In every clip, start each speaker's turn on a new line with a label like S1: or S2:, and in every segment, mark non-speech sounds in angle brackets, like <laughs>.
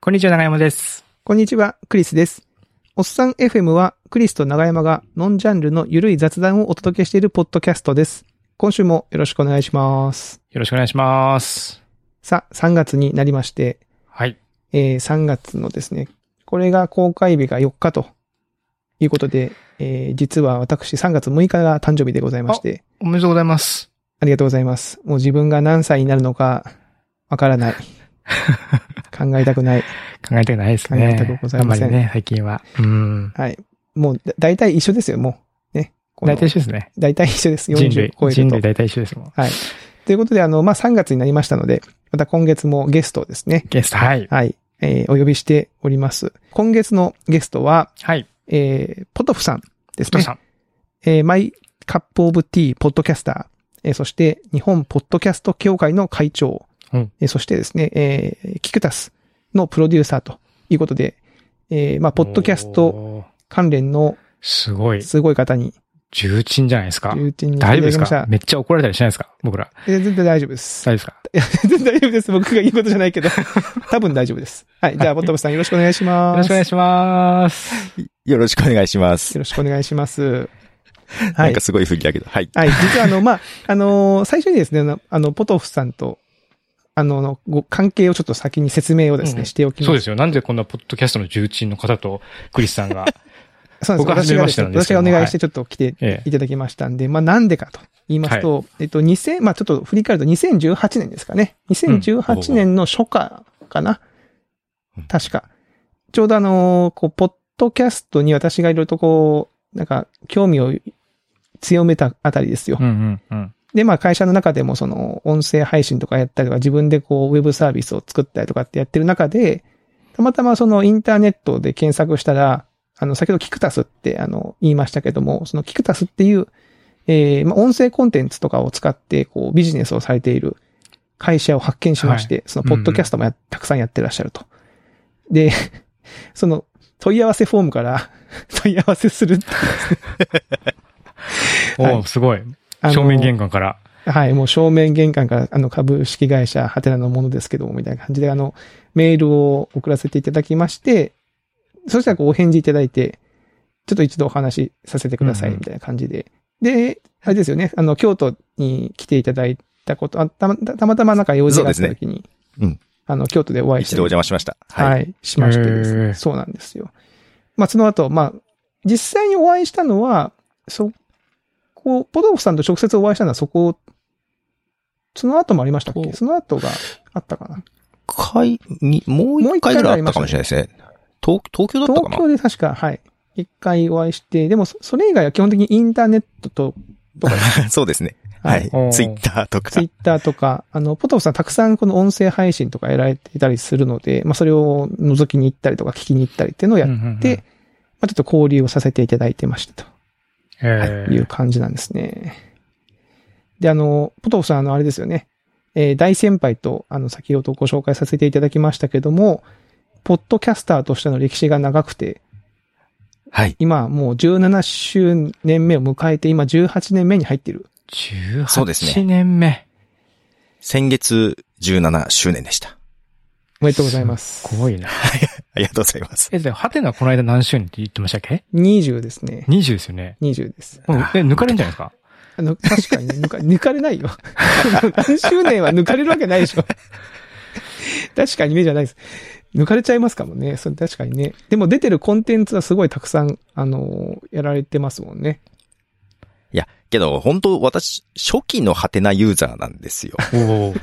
S1: こんにちは、長山です。
S2: こんにちは、クリスです。おっさん FM は、クリスと長山がノンジャンルのゆるい雑談をお届けしているポッドキャストです。今週もよろしくお願いします。
S1: よろしくお願いします。
S2: さあ、3月になりまして、
S1: はい。
S2: えー3月のですね、これが公開日が4日ということで、えー実は私3月6日が誕生日でございまして、
S1: おめでとうございます。
S2: ありがとうございます。もう自分が何歳になるのか、わからない。考えたくない。
S1: 考えたくないですね。
S2: 考えたくございません
S1: あんまりね、最近は。うん。
S2: はい。もうだ、大体一緒ですよ、もう。ね。この
S1: 大体一緒ですね。
S2: 大体一緒です。
S1: 人類
S2: 40超。え
S1: 人
S2: ると
S1: 類。大体一緒ですもん。
S2: はい。ということで、あの、まあ、3月になりましたので、また今月もゲストをですね、
S1: ゲスト、はい。
S2: はい、えーお呼びしております。今月のゲストは、
S1: はい。
S2: えーポトフさんです
S1: どう
S2: ね
S1: し。た
S2: えーマイカップオブティーポッドキャスター、えーそして日本ポッドキャスト協会の会長、
S1: うん
S2: えーそしてですね、えーキクタスのプロデューサーということで、えーまあ、ポッドキャスト
S1: おー
S2: 関連の
S1: すごい。
S2: すごい方に、
S1: 重鎮じゃないですか。
S2: 重鎮に
S1: 大丈夫です
S2: まし
S1: か
S2: た。
S1: めっちゃ怒られたりしないですか僕ら。
S2: えー全然大丈夫です。
S1: 大丈夫ですか
S2: <laughs> 全然大丈夫です。僕が言うことじゃな
S1: <laughs>
S2: いけど。多分大丈夫です。はい。じゃあ、ボットブさんよろしくお願いし
S1: よ
S2: ま
S1: ろし
S2: す。
S1: くお願いします。
S3: よろしくお願いします。
S2: よろしくお願いします。は
S3: なん
S2: い
S3: か。すごい振りだけど。はい。
S2: はい。実は、あの、まあ、あのー最初にですね、あのあの、ポトフさんと、あの、ご関係をちょっと先に説明をですね、
S1: うん
S2: しておきます。
S1: そうですよ。なんでこんなポッドキャストの重鎮の方とクリスさん
S2: <laughs>
S1: が。
S2: そうなん
S1: 僕は
S2: で
S1: 初
S2: す。私
S1: め
S2: が
S1: ま
S2: で
S1: し
S2: す
S1: てな
S2: ね
S1: ん、です
S2: 私
S1: けど
S2: が
S1: も
S2: お願いしてちょっと来て
S1: ええ。
S2: いただきましたんで、まあ、なんでかと言いますと、えっと、2000、まあ、ちょっと振り返ると2018年ですかね。2018年の初夏かな。
S3: うん
S2: 確か。ちょうどあのーこう、ポッドキャストに私がいろいろとこう、なんか、興味を強めたあたりですよ。
S1: うんうんうん。
S2: で、まあ、会社の中でもその、音声配信とかやったりとか、自分でこう、ウェブサービスを作ったりとかってやってる中で、たまたまそのインターネットで検索したら、あの、先ほどキクタスってあの、言いましたけども、そのキクタスっていう、えー、まあ、音声コンテンツとかを使って、こう、ビジネスをされている会社を発見しまして、その、ポッドキャストもやたくさんやってらっしゃると。で、その、問い合わせフォームから、 <laughs> 問い合わせするって
S1: お
S2: はい
S1: ーすごい。
S2: あの
S1: 正面玄関から。
S2: はい、もう正面玄関から、あの、株式会社、ハテナのものですけども、みたいな感じで、あの、メールを送らせていただきまして、そしたらこう、お返事いただいて、ちょっと一度お話しさせてください、
S1: うんうん
S2: みたいな感じで。で、あれですよね、あの、京都に来ていただいたこと、あたまたたまたまなんか用事があった時に、
S3: そうですねうん
S2: あの、京都でお会いし
S3: 一
S2: て
S3: 度お邪魔しました。
S2: はい、
S3: い。
S2: しましてです
S1: へー
S2: ね。そうなんですよ。まあ、その後、まあ、実際にお会いしたのは、そこ、ポドフさんと直接お会いしたのはそこ、その後もありましたっ
S3: そ
S2: け
S3: う
S2: その後があったかな
S3: 回に、もう
S2: もう一回
S3: 一回
S2: ぐらい
S3: ぐらい
S2: あ
S3: あ
S2: り
S3: っ
S2: ま
S3: た
S2: したね
S3: かもしれないですね。東東京だったか
S2: 東
S3: な
S2: 京で確か、はい。一回お会いして、でもそ、それ以外は基本的にインターネットと、
S3: <laughs> そうですね。
S2: は
S3: はいい
S1: おー。
S3: ツイッターと
S2: ツ
S3: か
S2: イ。ッターとか、あの、ポトフさんたくさんこの音声配信とかやられていたりするので、まあ、それを覗きに行ったりとか聞きに行ったりっていうのをやっ
S1: う
S2: て、
S1: んうんうん
S2: ま、あ、ちょっと交流をさせていただいてましたと。
S1: え
S2: いう感じなんですね。で、あの、ポトフさん、あの、あれですよね。えー大先輩と、あの、先ほどご紹介させていただきましたけども、ポッドキャスターとしての歴史が長くて、
S3: はい。
S2: 今もう17周年目を迎えて、今18年目に入っている。
S1: ー、
S3: そうですね
S1: 18年目。
S3: 先月17周年でした。
S2: おめでとうございます。
S1: すごいな。
S3: ありがとうございます。
S1: え、で、ハテナこの間何周年って言ってましたっけ
S2: 20ですね。
S1: ?20 ですよね。
S2: 20です。
S1: もうえ、抜かれんじゃないです
S3: <laughs>
S1: か
S2: あの、確かにね、抜 <laughs> か、抜かれないよ。何周年は抜かれるわけないでしょ。 <laughs> 確かにね、じゃないです。抜かれちゃいますかもね。それ確かにね。でも出てるコンテンツはすごいたくさん、あのーやられてますもんね。
S3: いや、けど、本当私、初期のハテナユーザーなんで
S2: <laughs>
S3: すよ。
S1: おお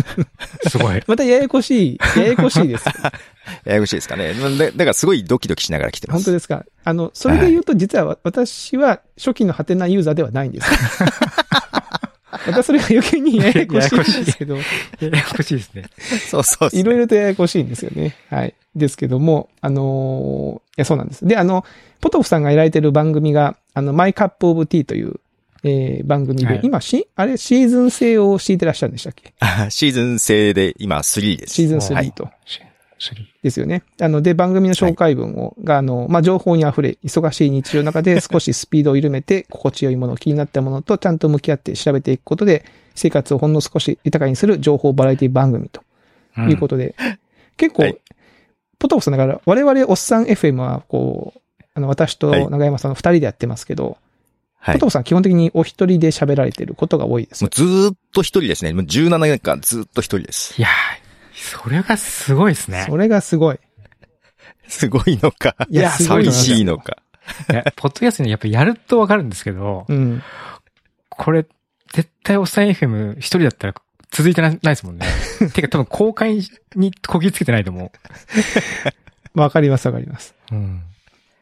S1: すごい。
S2: またややこしい、ややこしいです。
S3: ややこしいですかね。だだからすごいドキドキしなが
S2: <laughs>
S3: ら来てま
S2: 本
S3: す。
S2: 当ですか。あの、それで言うと、実はわ私は初期のハテナユーザーではないん <laughs> です。またそれが余計にややこしいんですけど。
S1: やや <laughs> こしいですね。
S3: そうそうそう。
S2: いろいろとややこしいんですよね。はい。ですけども、あのーいや、そうなんです。で、あの、ポトフさんがやられてる番組が、あの、マイカップオブティーという、えー番組で、
S1: はい
S2: 今、し、あれ、シーズン制を敷いてらっしゃるんでしたっけ
S3: あシーズン制で今3です。
S2: シーズン
S1: は
S2: 3
S1: い
S2: と。
S1: しすり
S2: ですよね。あの、で、番組の紹介文を、が、あの、まあ、情報に溢れ、忙しい日常の
S1: <laughs>
S2: 中で少しスピードを緩めて、心地よいもの、気になったものとちゃんと向き合って調べていくことで、生活をほんの少し豊かにする情報バラエティ番組と。
S1: う
S2: いうことで、結構、
S3: はい
S2: ポトフさんだから、我々おっさん FM は、こう、あの、私と
S3: はい
S2: 長山さんの二人でやってますけど、
S3: は
S2: ポ
S3: い
S2: ト。フさん基本的にお一人で喋られてることが多いです
S3: もう。ずーっと一人ですね。もう17年間ずーっと一人です。
S1: いやー、それがすごいですね
S2: そ。れがすごい。
S3: すごいのか。
S2: いやすごい
S3: 寂
S2: な
S3: しいのか。
S1: いやポッドキャストにやっぱやるとわかるんですけど、
S2: うん。
S1: これ、絶対おっさん FM 一人だったら続いてなないですも <laughs> んね。てか多分公開にこぎつけてないと思
S2: わかりますわかります。
S1: う。うん。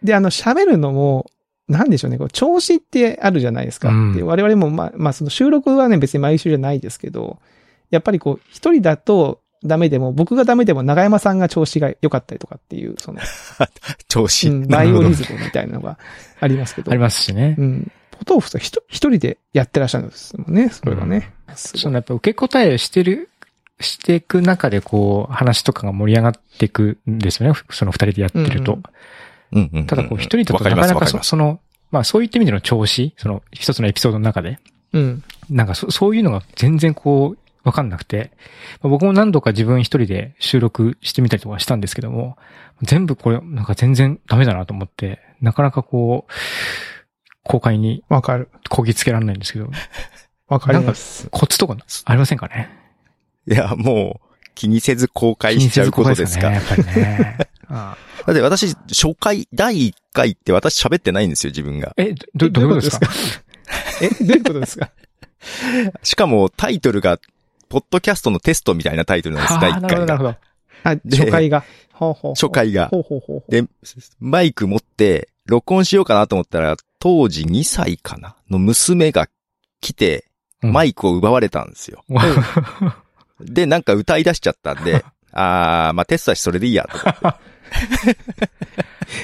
S2: で、あの、喋るのも、なんでしょうね、こう、調子ってあるじゃないですか。
S1: うん
S2: で我々も、まあ、まあ、その収録はね、別に毎週じゃないですけど、やっぱりこう、一人だとダメでも、僕がダメでも、長山さんが調子が良かったりとかっていう、その、
S3: 調
S2: う
S3: 子。
S2: ん
S3: な
S2: バイ
S3: るほ
S2: オ
S3: ど
S2: リズムみたいなのがありますけど。
S1: ありますしね
S2: う。ん。ポトフさん、ひと一人でやってらっしゃるんですもんね、それがね。すごい
S1: そのやっぱ受け答えしてる、していく中でこう話とかが盛り上がっていくんですよね。その二人でやってると。
S2: うん
S3: うんうんうん
S1: ただこう一人だ
S3: わ
S1: と
S3: かり
S1: な
S3: ま
S1: か
S3: す、
S1: な
S3: わ
S1: か
S3: かり
S1: そ
S3: ます。
S1: その、まあそういった意味での調子、その一つのエピソードの中で、
S2: うん。
S1: なんかそそういうのが全然こう、わかんなくて、まあ僕も何度か自分一人で収録してみたりとかしたんですけども、全部これ、なんか全然ダメだなと思って、なかなかこう、公開に
S2: わかる。
S1: こぎつけられないんですけど、
S2: わかります。
S1: コツとかありませんかね
S3: いや、もう、気にせず公開
S1: 気に
S3: しち
S1: せ
S3: ゃう
S1: ず
S3: こ
S1: 公開
S3: とですか。
S1: ね、やっぱりね。ああ
S3: だって私、初回、第1回って私喋ってないんですよ、自分が。
S1: え、ど、どういうことですか
S2: え、どういうことですか
S3: しかも、タイトルが、ポッドキャストのテストみたいなタイトルなんです、第
S1: ああ
S3: 1
S1: なるほ
S3: 回
S1: ど、なる
S3: が。
S1: ほど。
S2: あ、
S3: で
S2: 初回が。ほうほうほう
S3: 初。回が。
S2: ほうほうほうほう。
S3: で、マイク持って、録音しようかなと思ったら、当時2歳かなの娘が来て、
S1: うん
S3: マイクを奪われたんですよ。
S1: わ <laughs>
S3: で、なんか歌い出しちゃったんで、あー、まあ、テストだしそれでいいやと思って。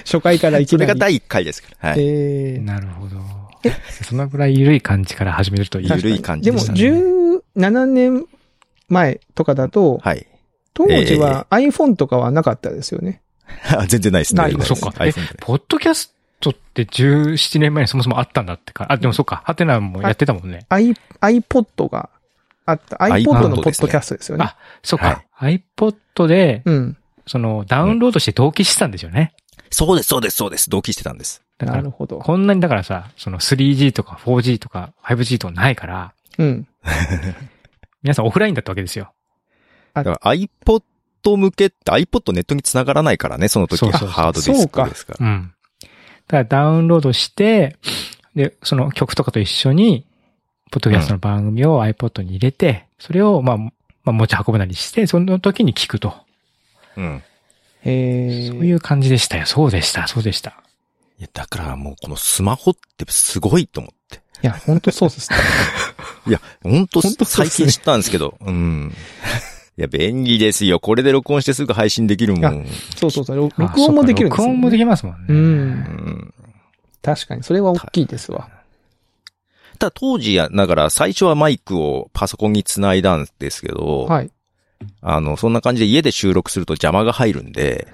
S2: 初回からいき
S3: そ
S2: な
S3: れ
S2: り
S3: が。第1回ですから。はい。
S2: えー
S1: なるほど。そのぐらい緩い感じから始めるといい。
S3: 緩い感
S2: で
S3: じで
S2: も、
S3: した
S1: 確かに
S3: ね。
S2: 17年前とかだと、
S3: はい。 <laughs>
S2: 当時は iPhone とかはなかったですよね。
S3: あ全然ないですね。
S2: ない
S1: そっか。
S3: iPhone
S1: え、ポッドキャストって17年前にそもそもあったんだってか。あ、でもそっか。ハテナもやってたもんね。
S2: i、iPod があった。iPod のポッドキャストですよね。
S1: あ、そっか。iPod で、
S2: うん。
S1: その、ダウンロードして同期してたんですよね。
S3: そうです、そうです、そうです。同期してたんです。
S1: だか
S2: な
S1: ら
S2: る、ほど。
S1: こんなにだからさ、その 3G とか 4G とか 5G とかないから、
S2: うん。
S1: 皆さんオフラインだったわけですよ。
S3: だから iPod 向けって iPod ネットに繋がらないからね、その時
S1: そう
S3: は
S1: そうそう
S3: ハードディスクですから。
S1: うん。だからダウンロードして、で、その曲とかと一緒に、ポッドキャストの番組を iPod に入れて、それを、まあ、まあ、持ち運ぶなりして、その時に聞くと。
S3: うん。
S2: へ
S1: そう
S2: ー
S1: いう感じでしたよ。そうでした。そうでした。
S3: いや、だからもうこのスマホってすごいと思って。
S2: いや、本当そうです。
S3: いや、ほんと、
S2: ほんとそうっ
S3: 最
S2: す
S3: 近
S2: ね
S3: 知ったんですけど。うん。いや、便利ですよ。これで録音してすぐ配信できるもん。
S2: <laughs> そうそうそう。録
S1: あ
S2: 録音もできるんです
S1: そうか録
S2: よ、ね。
S1: 音もできますもんね。
S2: うん
S3: う。ん。
S2: 確かに。それは大きいですわ。
S3: ただ当時や、だから最初はマイクをパソコンにつないだんですけど、
S2: はい。
S3: あの、そんな感じで家で収録すると邪魔が入るんで、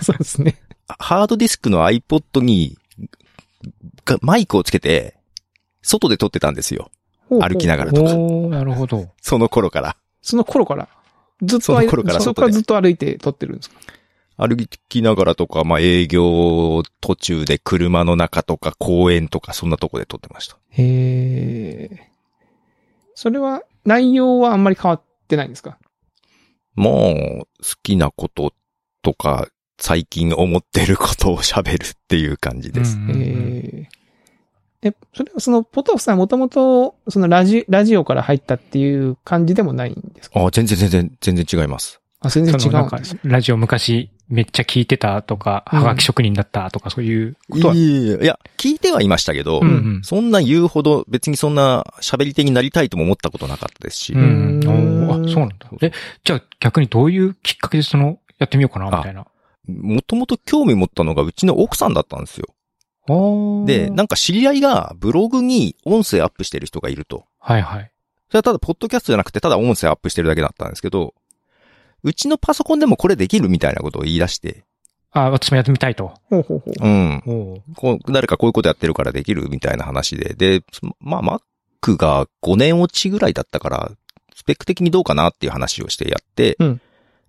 S2: そうですね。
S3: ハードディスクの iPod に、がマイクをつけて、外で撮ってたんですよ。歩きながらとか。
S1: おーなるほど。
S3: その頃から。
S2: その頃から。ずっと、
S3: その頃から
S2: そ
S3: 外
S2: こ
S3: で
S2: からずっと歩いて撮ってるんですか
S3: 歩きながらとか、まあ、営業途中で車の中とか公園とか、そんなとこで撮ってました。
S2: へえ。それは、内容はあんまり変わってないんですか
S3: もう、好きなこととか、最近思ってることを喋るっていう感じです。
S1: うんうんうん
S2: ええ。え、それはその、ポトフさんもともと、そのラジ、ラジオから入ったっていう感じでもないんですか
S3: ああ、全然全然、全然違います。
S2: あ、全然違
S1: その
S2: う
S1: なん
S2: ん
S1: か
S2: ですね。
S1: ラジオ昔めっちゃ聞いてたとか、
S2: うん
S1: はがき職人だったとかそういうこ
S3: い
S1: とは。
S3: いいや、聞いてはいましたけど、
S1: うん
S3: そんな言うほど、別にそんな喋り手になりたいとも思ったことなかったですし、
S1: うんうん
S2: うん
S1: おーあ、そうなんだ。え、じゃあ逆にどういうきっかけでその、やってみようかな、みたいな。
S3: もともと興味持ったのがうちの奥さんだったんですよ。で、
S1: で
S3: なんか知り合いがブログに音声アップしてる人がいると。
S1: はいはい。
S3: それはただ、ポッドキャストじゃなくて、ただ音声アップしてるだけだったんですけど、うちのパソコンでもこれできるみたいなことを言い出して、
S1: あ、私もやってみたいと。
S2: ほうほうほう。
S3: うん。
S1: おー
S3: こう誰かこういうことやってるからできるみたいな話で、で、そまあ、Mac が5年落ちぐらいだったから、スペック的にどうかなっていう話をしてやって、
S2: うん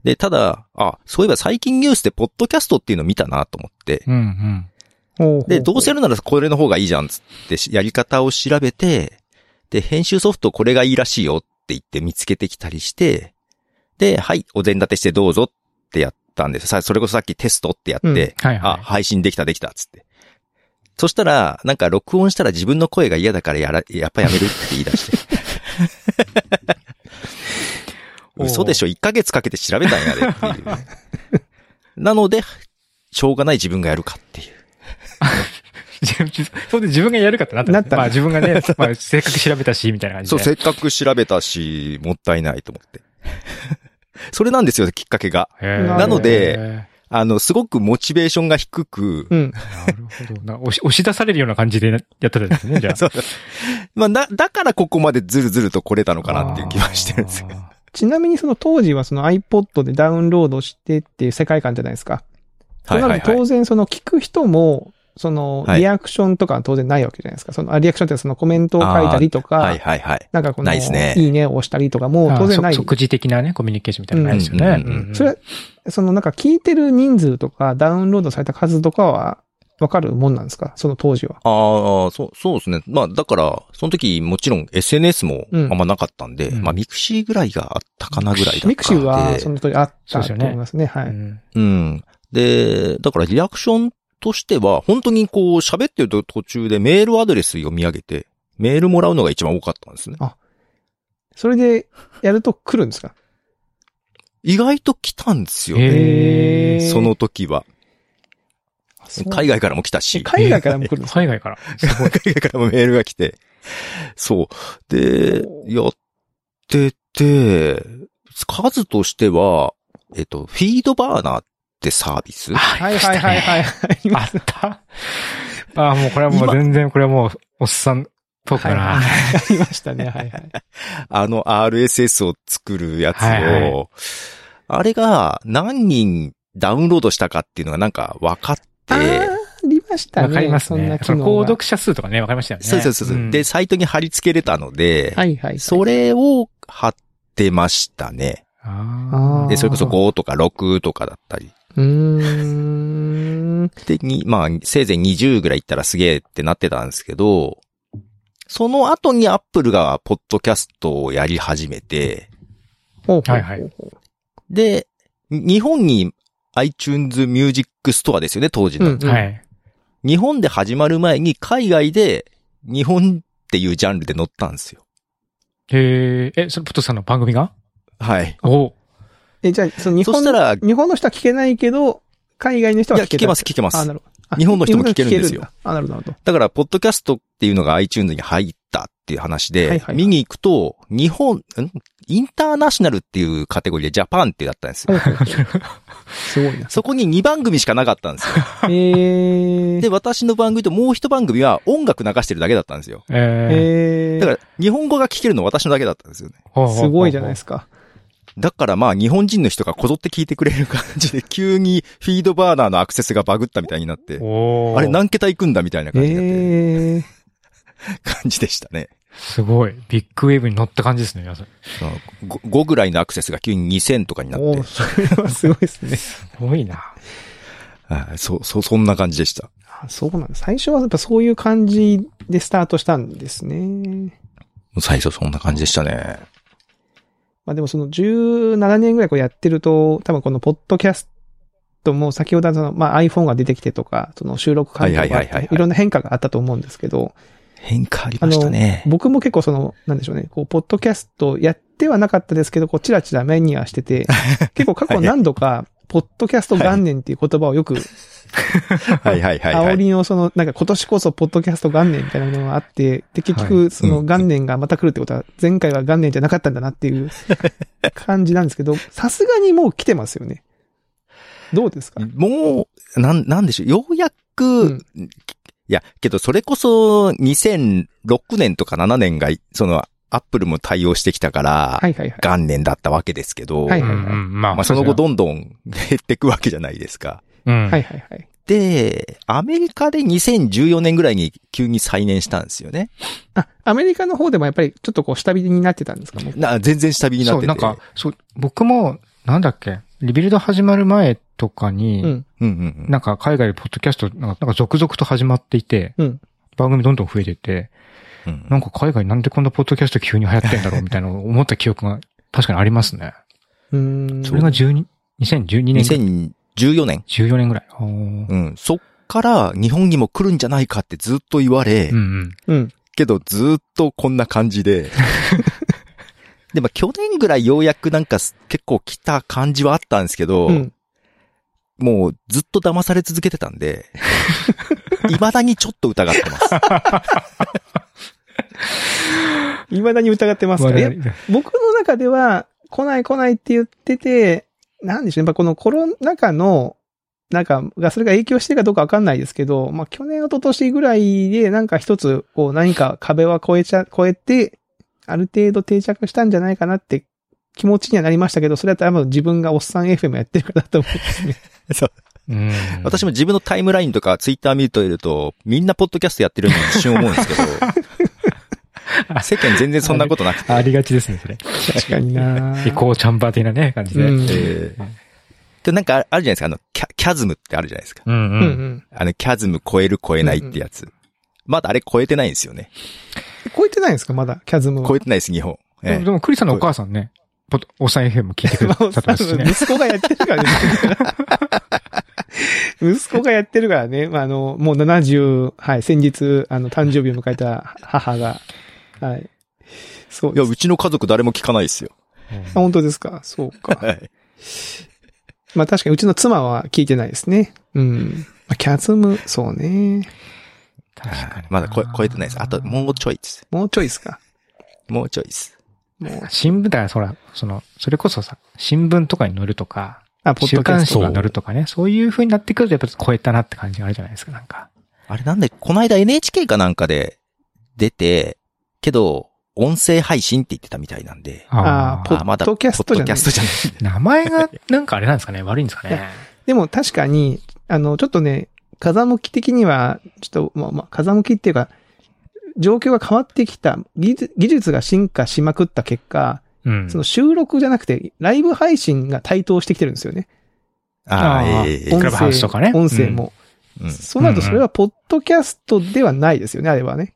S3: で、ただ、あ、そういえば最近ニュースでポッドキャストっていうの見たなと思って、
S1: うんうん。
S2: ほうほう
S3: で、どうせやるならこれの方がいいじゃんっつってし、やり方を調べて、で、編集ソフトこれがいいらしいよって言って見つけてきたりして、で、はい、お膳立てしてどうぞってやったんですさ、それこそさっきテストってやって、
S2: うん
S1: はいは
S3: あ、
S1: い。
S3: 配信できたできたっつって。そしたら、なんか録音したら自分の声が嫌だからやら、やっぱやめるって言い
S2: <laughs>
S3: 出して。
S1: おう
S3: 嘘でしょ ?1 ヶ月かけて調べたんやでって
S2: <laughs>
S3: いう。なので、しょうがない自分がやるかっていう。
S1: <laughs> そうで自分がやるかってなったんですね
S2: なった
S1: まあ自分がね、まあせっかく調べたし、みたいな感じ
S3: そ
S1: で。
S3: う、せっかく調べたし、もったいないと思って。 <laughs> それなんですよ、きっかけが。
S1: へー
S2: なの
S3: で
S1: へ
S3: あの、すごくモチベーションが低く、
S2: う
S1: ー
S2: ん。
S1: なるほどな。押し押し出されるような感じでやってたんですね、じゃあ。
S3: そうまあ、だ、だからここまでずるずると来れたのかなっていう気はしてるんですよ。
S1: あ
S2: ちなみにその当時はその iPod でダウンロードしてっていう世界観じゃないですか。
S3: はいはい
S2: <laughs> となると
S3: はい
S2: 当。然その聞く人も、その
S3: はい
S2: リアクションとかは当然ないわけじゃないですか。そのあリアクションってそのコメントを書いたりとか、
S3: はいはいはい。
S2: なんかこの、
S3: ないですね
S2: いいねを押したりとか
S1: ー
S2: も当然
S1: あー
S2: ない。
S1: そ即時的なね、コミュニケーションみたいなのないですよね。
S3: うんうんうん
S1: うんうん
S2: それ、そのなんか聞いてる人数とかダウンロードされた数とかはわかるもんなんですかその当時は。
S3: ああ、そう、そうですね。まあ、だから、その時、もちろん SNS もあ
S2: うん
S3: んまなかったんで、
S1: うん
S3: まあ、ミクシーぐらいがあったかなぐらいだったんで。
S2: ミクシーはその当時あっ
S1: そうです
S2: たと
S1: よね
S2: 思いますね。は
S1: う
S2: い。
S1: ん
S3: うん。で、だからリアクションとしては、本当にこう、喋ってる途中でメールアドレス読み上げて、メールもらうのが一番多かったんですね。
S2: それでやると来るんですか
S3: 意外と来たんですよね。
S1: へー
S3: その時は。 <laughs> 海外からも来た
S2: え
S3: し。
S2: 海外からも来るんですか
S1: 海外から。すごい。
S3: 海外からもメールが来て。そう。で、やってて、数としては、えっと、フィードバーナーってサービス
S2: はいはいはいはい。
S1: あったああ、もうこれはもう全然、これはもう、おっさんトークだな。
S2: はいありましたね。はいはい。
S3: あの RSS を作るやつを、
S1: はいは
S3: あれが何人ダウンロードしたかっていうのがなんか分かっ
S2: あ
S3: <laughs>
S2: ーあ
S3: て、
S2: りましたね。
S1: わかります
S2: そん
S1: ね
S2: な。
S1: そ
S2: 機
S1: の
S2: 能
S1: 購
S2: が。
S1: 読者数とかね、わかりましたよね。
S3: そうそうそうそう、
S1: ん
S3: で、サイトに貼り付けれたので、
S2: はいはい。
S3: それを貼ってましたね。
S1: あ
S2: え
S3: で、それこそ
S2: あー
S3: 5とか6とかだったり。
S2: うーん。
S3: で、に、まあ、せいぜい20ぐらいいったらすげえってなってたんですけど、その後にアップルがポッドキャストをやり始めて、
S2: ほうほうほう
S1: はいはい
S3: で、日本に iTunes Music Store ですよね、当時の。
S2: うん
S1: あ。はい。
S3: 日本で始まる前に海外で日本っていうジャンルで載ったんですよ。
S1: へえ、え、それ、プトさんの番組が
S3: はい。
S1: お
S2: え、じゃあ、その日
S3: そし
S2: 本
S3: た
S2: の、
S3: ら、い
S2: 日本の人は聞けないけど、海外の人は
S3: や、
S2: 聞け
S3: 聞けます、
S2: 聞
S3: 聞けます
S2: あ、。なるほど。あ
S3: 日本の人も聞けるんです
S2: 日本の人
S3: よ
S2: も聞けるんだあ、なるほど、なるほ
S3: だから、ポッドキャストっていうのが iTunes に入ったっていう話で、
S2: はいはいはい
S3: 見に行くと、日本、んインターナショナルっていうカテゴリーでジャパンってだったんですよ。
S2: どほうほうほう。
S3: <laughs>
S2: すごいな。
S3: そこに2番組しかなかったんですよ。
S2: えー。
S3: で、私の番組ともう1番組は音楽流してるだけだったんですよ。
S1: え
S2: え
S3: だから、日本語が聞けるの私のだけだったんですよね。
S1: ー。
S2: ー。すごいじゃないです
S1: か。
S2: すか。
S3: だからまあ日本人の人がこぞって聞いてくれる感じで、急にフィードバーナーのアクセスがバグったみたいになって、
S1: お
S3: あれ何桁いくんだみたいな感じになって
S2: えー。
S3: 感じでしたね。
S1: すごい。ビッグウェーブに乗った感じですね、皆さん。
S3: うんご 5, ぐらいのアクセスが急に2000とかになっ
S2: おー
S3: て、
S2: それはすごいですね。
S1: すごいな。
S3: はいそう、そう、そんな感じでした。
S2: あそうなんだ。最初はやっぱそういう感じでスタートしたんですね。
S3: 最初そんな感じでしたね。
S2: まあでもその17年ぐらいこうやってると、多分このポッドキャストも先ほどその、まあ iPhone が出てきてとか、その収録環境があって
S3: はいはいはいはいはい
S2: いろんな変化があったと思うんですけど、
S3: 変化ありましたね。
S2: 僕も結構その、なんでしょうね、こう、ポッドキャストやってはなかったですけど、こう、チラチラ目にはして
S3: <laughs>
S2: て、結構過去何度か、ポッドキャスト元年っていう言葉をよく、
S3: はいはいはい、は
S2: 煽
S3: い。
S2: りのその、なんか今年こそポッドキャスト元年みたいなものがあって、で、結
S1: は
S2: 局、その元年がまた来るってことは、前回は元年じゃなかったんだなっていう感じなんですけど、さすがにもう来てますよね。どうですか
S3: もう、なん、なんでしょう、ようやく、
S2: うん
S3: いや、けどそれこそ2006年とか7年が、その、アップルも対応してきたから、
S2: はいはいはい。
S3: 元年だったわけですけど、
S2: はい
S1: うん
S2: は
S1: う
S2: い
S1: んま
S3: まあ、その後どんどん減っていくわけじゃないですか。
S1: うん。
S2: はいはいはい。
S3: で、アメリカで2014年ぐらいに急に再燃したんですよね。
S2: あ、アメリカの方でもやっぱりちょっとこう、下火になってたんですかもう
S3: な全然下火になっ
S1: そう、
S3: てて。
S1: なんか、そう、僕も、なんだっけ、リビルド始まる前とかに、
S2: うん。
S3: うんうんうん。
S1: なんか海外でポッドキャストなんかなんか続々と始まっていて、
S2: うん
S1: 番組どんどん増えてて、
S3: うん
S1: なんか海外なんでこんなポッドキャスト急に流行ってんだろうみたいなのを思った記憶が確かにありますね。
S2: うーん。
S1: それが12 2012年ぐらい。
S3: 2014年。
S1: 14年ぐらい。おーうん
S3: うん。そっから日本にも来るんじゃないかってずっと言われ、
S1: うん。
S2: うん。
S3: けどずっとこんな感
S1: <laughs>
S3: じで。でも去年ぐらいようやくなんかす結構来た感じはあったんですけど、
S2: うん。
S3: もうずっと騙され続けてた
S1: <laughs>
S3: んで、未だにちょっと疑ってます。
S2: いまだに疑ってますからね。僕の中では、来ない来ないって言ってて、なんでしょうね。やっぱこのコロナ禍の、なんか、がそれが影響してるかどうかわかんないですけど、まあ去年、一昨年ぐらいで、なんか一つ、こう何か壁は越えちゃ、越えて、ある程度定着したんじゃないかなって気持ちにはなりましたけど、それだったら多分自分がおっさん FM やってるからだと思うんですね。
S1: うん。
S3: <laughs> 私も自分のタイムラインとかツイッター見るといると、みんなポッドキャストやってるのに一瞬思うんです
S1: <laughs>
S3: けど、世間全然そんなことなくて。
S1: ありがちですね、それ。
S2: 確かに <laughs> な
S1: 移行チャンバー的なね、感じで。
S2: う
S1: うんん
S3: えーでなんかあるじゃないですか、あの、キャキャズムってあるじゃないですか。
S1: う。
S2: うんうんん。
S3: あの、キャズム超える超えないってやつ。まだあれ超えてないんですよね。
S2: 超えてないんですかまだ、キャズムは。
S3: 超えてないです、日本。え
S1: でも、クリスさんのお母さんね、ポッドおっさん FM 聞いてく
S2: ま
S1: れ
S2: あ、お
S1: た
S2: 父
S1: と
S2: さ
S1: し
S2: んの
S1: ね。
S2: 息子がやってるか
S1: <laughs>
S2: らね。息子がやってるからね。まあ、あの、もう70、はい、先日、あの、誕生日を迎えた母が、はい。そう
S3: えいや、
S2: です。
S3: うちの家族誰も聞かないですよ。
S2: あ、本当ですかそうか。
S3: はい。
S2: まあ、確かにうちの妻は聞いてないですね。うん。まあ、キャズム、そうね。
S1: 確かに
S3: まだ超え超えてないです。あと、もうちょいです。
S2: もうちょいですか。
S3: もうちょいです。
S2: もう、
S1: 新聞だから、そら、その、それこそさ、新聞とかに載るとか、
S2: あ、ポッ
S1: 週
S2: ドキャ
S1: 刊
S2: ス
S1: 誌
S2: ト。
S1: に載るとかね、そういう風になってくると、やっぱ超えたなって感じがあるじゃないですか、なんか。
S3: あれなんで、この間 NHK かなんかで出て、けど、音声配信って言ってたみたいなんで。
S2: ああ、ポ
S3: ーま
S2: ッ
S3: だ
S2: ドキャストじゃない。
S3: じゃない。
S1: 名前が、 <laughs> なんかあれなんですかね悪いんですか
S2: い
S1: ね
S2: やでも確かに、あの、ちょっとね、風向き的には、ちょっと、まあ、まあ、風向きっていうか、状況が変わってきた、技術技術が進化しまくった結果、
S1: うん。
S2: その収録じゃなくて、ライブ配信が台頭してきてるんですよね。
S3: あ
S1: あ
S3: あ、
S1: ー
S3: ええ
S1: クラブハウスとかね
S2: 音声も。
S3: うん
S2: そうなると、それはポッドキャストではないですよね、あれはね。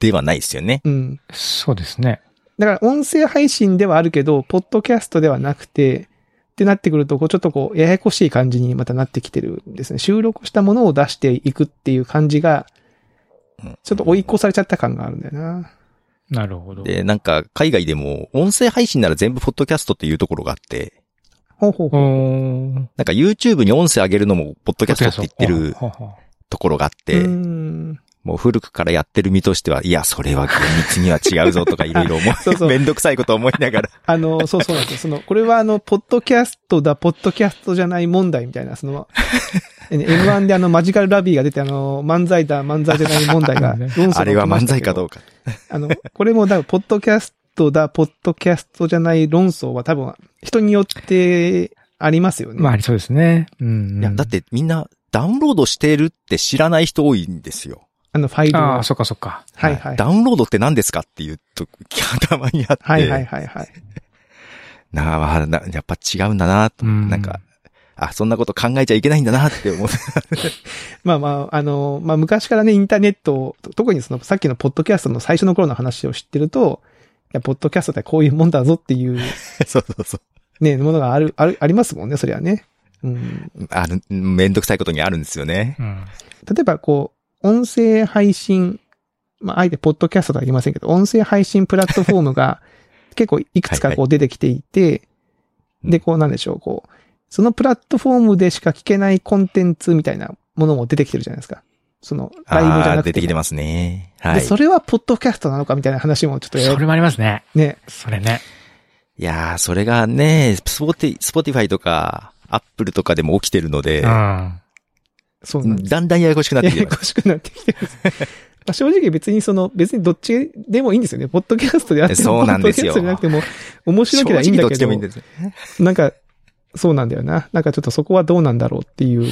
S3: ではないですよね。
S2: うん。
S1: そうですね。
S2: だから音声配信ではあるけど、ポッドキャストではなくて、ってなってくると、こうちょっとこう、ややこしい感じにまたなってきてるんですね。収録したものを出していくっていう感じが
S3: うん、
S2: ちょっと追い越されちゃった感があるんだよな。
S1: なるほど。
S3: で、なんか、海外でも、音声配信なら全部ポッドキャストっていうところがあって、
S2: ほうほうほう。
S1: おー。
S3: なんか YouTube に音声上げるのも、ポッドキャストって言ってる
S1: ほうほうほ
S3: ところがあっ
S2: う
S3: て
S2: ー、ん
S3: もう古くからやってる身としては、いや、それは厳密には違うぞとかいろいろ思
S2: そうそう
S3: う、 <laughs> めんどくさいこと思いながら。
S2: あ
S3: <laughs>
S2: の、そうそうなんですよ。その、これはあの、ポッドキャストだ、ポッドキャストじゃない問題みたいな、そ
S3: <laughs>
S2: の、え M1 であの、マジカルラビーが出て、あの、漫才だ、漫才じゃない問題が、論争が起きましたけど
S3: <laughs> あれは漫才かどうか。
S2: あの、これも、だから、ポッドキャストだ、ポッドキャストじゃない論争は多分、人によってありますよ
S1: う
S2: ね。
S1: まあ、ありそうですね。うんうん。
S3: いや、だっ、てみんなダウンロードしてるって知らない人多いんですよ。
S2: あの、ファイルを
S1: ああ、
S2: は
S1: そっかそっか。
S2: いはい。
S3: ダウンロードって何ですかっていうと、たまにあって。
S2: はいはいはいはい。
S3: なあまあ、なやっぱ違うんだなと、
S1: うん
S3: なんか、あ、そんなこと考えちゃいけないんだなって <laughs> 思う。
S2: まあまあ、あの、まあ昔からね、インターネットを、と特にその、さっきのポッドキャストの最初の頃の話を知ってると、いや、ポッドキャストってこういうもんだぞっていう、
S3: そうそうそ
S2: ね、ものがある、ある、ありますもんね、そりゃね。うん。
S3: う。あの、めんどくさいことにあるんですよね。
S1: うん。
S2: 例えば、こう、音声配信、まあ、あえてポッドキャストとは言いませんけど、音声配信プラットフォームが <laughs> 結構いくつか
S3: はい
S2: こう出てきていて、
S3: うん
S2: で、こうなんでしょう、こう、そのプラットフォームでしか聞けないコンテンツみたいなものも出てきてるじゃないですか。その、
S3: あ
S2: ライブじゃな
S3: ー
S2: くて。
S3: 出てきてますね。はい。
S2: で、それはポッドキャストなのかみたいな話もちょっとや
S1: それもありますね。
S2: ね。
S1: それね。
S3: いやー、それがね、スポティ、スポティファイとか、アップルとかでも起きてるので
S1: う、ん。
S2: そうなんです
S3: だんだんややこしくなって
S2: や
S3: きて
S2: や
S3: ます。
S2: こしくなってきてます。まあ正直別にその、別にどっちでもいいんですよね。ポッドキャストであっても、
S3: そうなんですよ
S2: ポッドキャストじゃなくても、面 <laughs> 白ければいいん
S3: 正直ど
S2: だ
S3: っ
S2: け
S3: ちで
S2: ど、
S3: もいいんですよ。
S2: なんか、そうなんだよな。なんかちょっとそこはどうなんだろうっていう、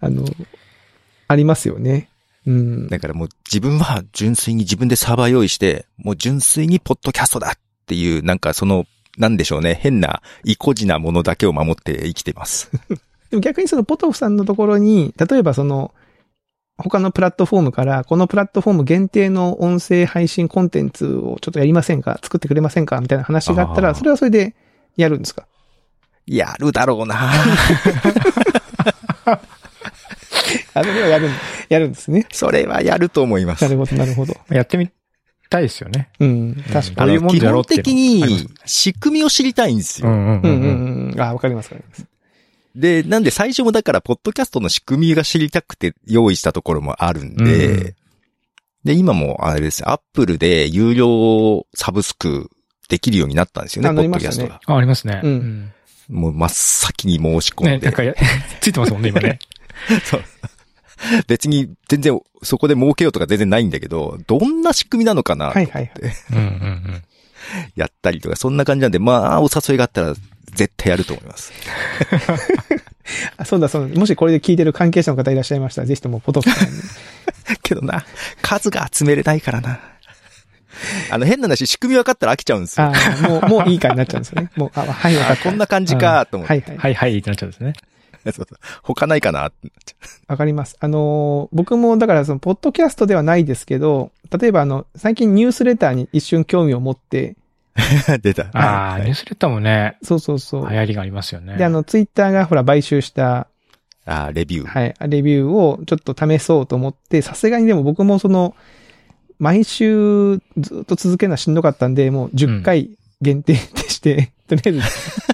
S2: あの、ありますよね。うん。
S3: だからもう自分は純粋に自分でサーバー用意して、もう純粋にポッドキャストだっていう、なんかそのなんでしょうね、変な、意固地なものだけを守って生きてます。 <laughs>
S2: でも逆にそのポトフさんのところに、例えばその、他のプラットフォームから、このプラットフォーム限定の音声配信コンテンツをちょっとやりませんか作ってくれませんかみたいな話があった
S3: あ
S2: ら、
S3: ー
S2: それはそれでやるんですか
S3: やるだろ
S1: <laughs>
S3: うな
S2: あれはやるん、やるんですね。
S3: それはやると思いま
S2: な
S3: す
S2: る。ほど、なるほど。
S1: やってみたいですよね。
S2: うん、確か
S1: ど
S2: に。
S3: あ
S1: ういう
S3: の、
S1: もん
S3: 基
S1: じゃろう
S3: 本
S1: っていう
S3: 的
S1: あります
S3: に、仕組みを知りたいんです
S1: う
S3: よ。
S1: んうんうんん
S2: うう
S1: うん
S2: んうん。あ、わかります、わかります。
S3: で、なんで最初もだから、ポッドキャストの仕組みが知りたくて用意したところもあるんで、
S1: うん
S3: で、今もあれです、アップルで有料サブスクできるようになったんですよね、
S2: あ
S3: ポ
S2: なり
S3: ッド
S2: ま
S3: キ
S2: し
S3: ャ
S2: た
S3: ス
S2: ね
S3: トが。
S1: あ、ありますね。
S2: うん
S1: ん
S3: もう真っ先に申し込
S1: ね、
S3: んで、
S1: なんか <laughs> や、ついてますもんね、今
S2: <laughs>
S1: ね。
S3: 別に全然そこで儲けようとか全然ないんだけど、どんな仕組みなのかな、
S2: はいはいはい。
S1: うんうんうん。
S3: やったりとか、そんな感じなんで、まあ、お誘いがあったら絶対やると思います。
S2: あ、そうだそうだ。もしこれで聞いてる関係者の方いらっしゃいましたら、ぜひともポトフさんに。
S3: けどな、数が集めれないからな。あの、変な話、仕組み分かったら飽きちゃうんですよ。
S2: あーもう、もういいかになっちゃうんです
S3: <laughs>
S2: よね。もう、あ、はい、わか
S3: あ
S2: っ
S3: こんな感じか、と
S2: た。
S3: 思っ
S2: はい
S3: て。
S2: はい。
S1: はいはいってなっちゃうんですね。
S3: <laughs> そうそう他ないかな。 <laughs>
S2: わかります。あのー、僕もだからその、ポッドキャストではないですけど、例えばあの、最近ニュースレターに一瞬興味を持って、
S3: 出た。
S1: ああ、ニュー
S3: あ
S1: スレターもね、
S2: そうそうそう。
S1: 流行りがありますよね。
S2: で、あの、ツイッターがほら、買収した、
S3: あ、レビュー。
S2: はい、レビューをちょっと試そうと思って、さすがにでも僕もその、毎週ずっと続けるのはしんどかったんで、もう10回限定でして、とりあえず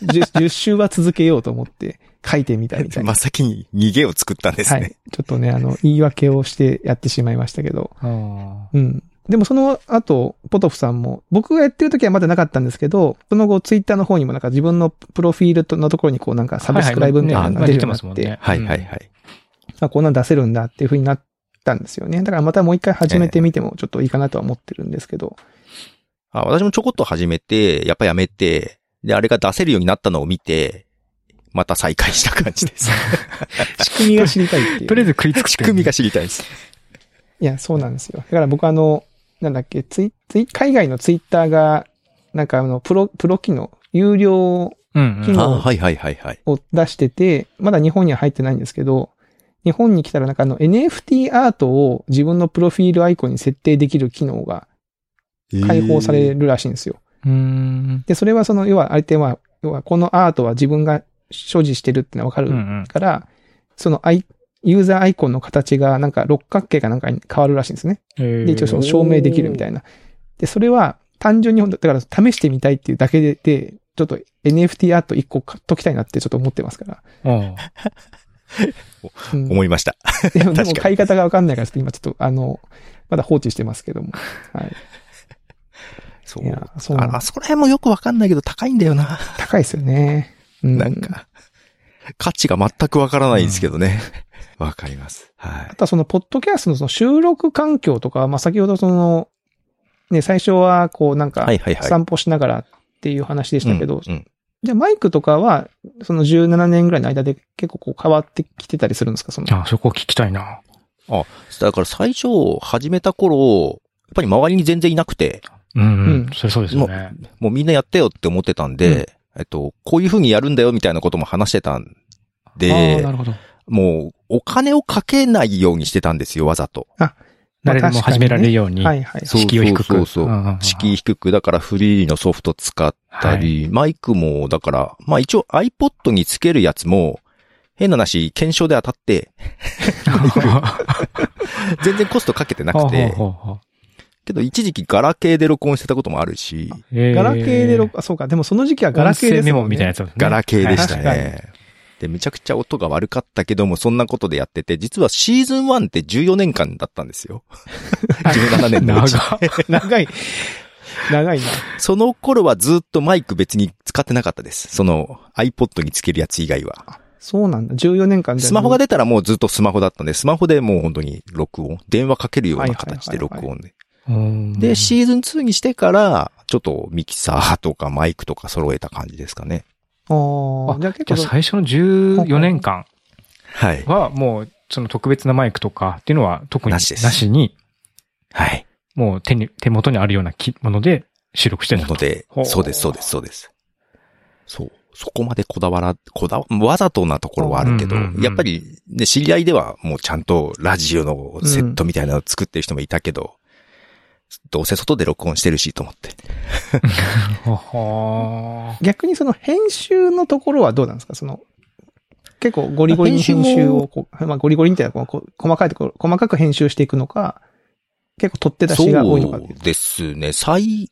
S2: 10, 10週は続けようと思って書いてみたみたい
S3: <laughs> 真
S2: な。
S3: っ先に逃げを作ったんです
S2: は
S3: ね。
S2: い。ちょっとね、あの、言い訳をしてやってしまいましたけど。
S1: あー
S2: うん。でもその後、ポトフさんも、僕がやってる時はまだなかったんですけど、その後ツイッターの方にもなんか自分のプロフィールのところにこうなんかサブスクライブみたいなの
S3: は
S2: が
S3: い
S2: 出
S1: 出て
S2: るように
S1: ま
S2: な
S1: すも
S2: っ
S1: ん
S2: て、
S1: ね。
S3: はいはいはい。
S2: あ、こんなん出せるんだっていう風になったんですよね。だからまたもう一回始めてみてもちょっといいかなとは思ってるんです
S1: <laughs>
S2: けど。
S3: あ私もちょこっと始めて、やっぱやめて、で、あれが出せるようになったのを見て、また再開した感
S2: <laughs>
S3: じです。
S2: 仕組みが知りたいってい
S1: うん。<laughs>
S2: う。
S1: とりあえず食いつく
S3: 仕組みが知りたいです。
S2: いや、そうなんですよ。だから僕あの、なんだっけ、ツイ、ツイ、海外のツイッターが、なんかあの、プロ、プロ機能、有料
S1: うんうん。
S2: あ
S3: あはいはいはいはい。
S2: を出してて、まだ日本には入ってないんですけど、日本に来たらなんかあの NFT アートを自分のプロフィールアイコンに設定できる機能が解放されるらしいんですよ。
S1: うーん。
S2: で、それはその、要は、相手は、要はこのアートは自分が所持してるってのはわか
S1: う
S2: る
S1: んうん。
S2: から、そのアイ、ユーザーアイコンの形がなんか六角形かなんかに変わるらしいんですね。で、
S1: で
S2: 一応その証明できるみたいな。で、それは単純に、だから試してみたいっていうだけで、でちょっと NFT アート一個買っときたいなってちょっと思ってますから。
S1: な。
S2: うん
S3: 思いました。
S2: でも、
S3: 確か
S2: で
S3: に
S2: も買い方がわかんないから、ちょっと今ちょっと、あの、まだ放置してますけども。はい。
S3: そ。
S2: いうや、そうな
S3: あ
S2: ん
S3: あそこら辺もよくわかんないけど高いんだよな。
S2: 高いですよね。う
S3: なんか、価値が全くわからないんですけどね。わ、かります。はい
S2: あ。とはその、ポッドキャストのその収録環境とか、まあ、先ほどその、ね、最初は、こう、なんか
S3: は、いはいはい。
S2: 散歩しながらっていう話でしたけど、
S3: うんうん
S2: じゃあマイクとかは、その17年ぐらいの間で結構こう変わってきてたりするんですかその。
S1: ああ、そこ聞きたいな。
S3: だから最初、始めた頃、やっぱり周りに全然いなくて、
S1: うん
S2: う
S1: うんん。それそうですよね。
S3: もうみんなやってよって思ってたんで、えっと、こういう風にやるんだよみたいなことも話してたん
S1: ああ、
S3: で
S1: な、るほど。
S3: もうお金をかけないようにしてたんですよ、わざと。
S2: まあ
S1: 誰でも始められるように
S2: 確か。にねはいはい。
S3: そう
S1: 敷居を低く。
S3: そうそうそう
S1: うんんん
S3: 敷居低く、だからフリーのソフト使ったり、マイクも、だから、まあ一応 iPod につけるやつも、変な話、検証で当たって、全然コストかけて
S1: <laughs>
S3: なくて、けど一時期ガラケーで録音してたこともあるし、
S2: ガ
S1: ガ
S2: ラケーで録、あ、そうか、でもその時期はガ
S1: ガ
S2: ラ
S1: ラ
S2: ケ
S1: ケ
S2: ー
S1: ー
S2: です
S1: メ
S2: も
S1: モ
S2: んね
S1: みたいなやつだね
S3: ガラケーでした
S2: はい
S3: ね。で、めちゃくちゃ音が悪かったけども、そんなことでやってて、実はシーズン1って14年間だったんですよ。17年のうち。
S1: 長っ
S2: 長い。長いな。
S3: その頃はずっとマイク別に使ってなかったです。その iPod につけるやつ以外は。
S2: そうなんだ。14年間じゃ
S3: スマホが
S2: 出
S3: 出たらもうずっとスマホだったんで、スマホでもう本当に録音。電話かけるような形で録音で。
S1: うん
S3: で、シーズン2にしてから、ちょっとミキサーとかマイクとか揃えた感じですかね。
S2: あーじゃあ結
S1: じゃ
S2: 構
S1: あ
S2: その、
S1: 最初の14年間
S3: はい。
S1: はもう、その特別なマイクとかっていうのは特に
S3: な
S1: な
S3: しです
S1: しに、
S3: はい。
S1: もう手に、手元にあるようなきもので収録して
S3: な
S1: た
S3: の
S1: と。
S3: で
S1: ほ、う
S3: そうです、そうです、そうです。そう。そこまでこだわら、こだわ、わざとなところはあるけど、
S1: うんうんうん
S3: やっぱり、ね、知り合いではもうちゃんとラジオのセットみたいなのを作ってる人もいたけど、どうせ外で録音してるしと思って。
S1: はは
S2: 逆にその編集のところはどうなんですかその、結構ゴリゴリに編
S3: 編集も
S2: 集をこう、まあゴリゴリみたいな、こうこう細かいところ、細かく編集していくのか、結構取って出しが多いのかっていう
S3: そうですね。最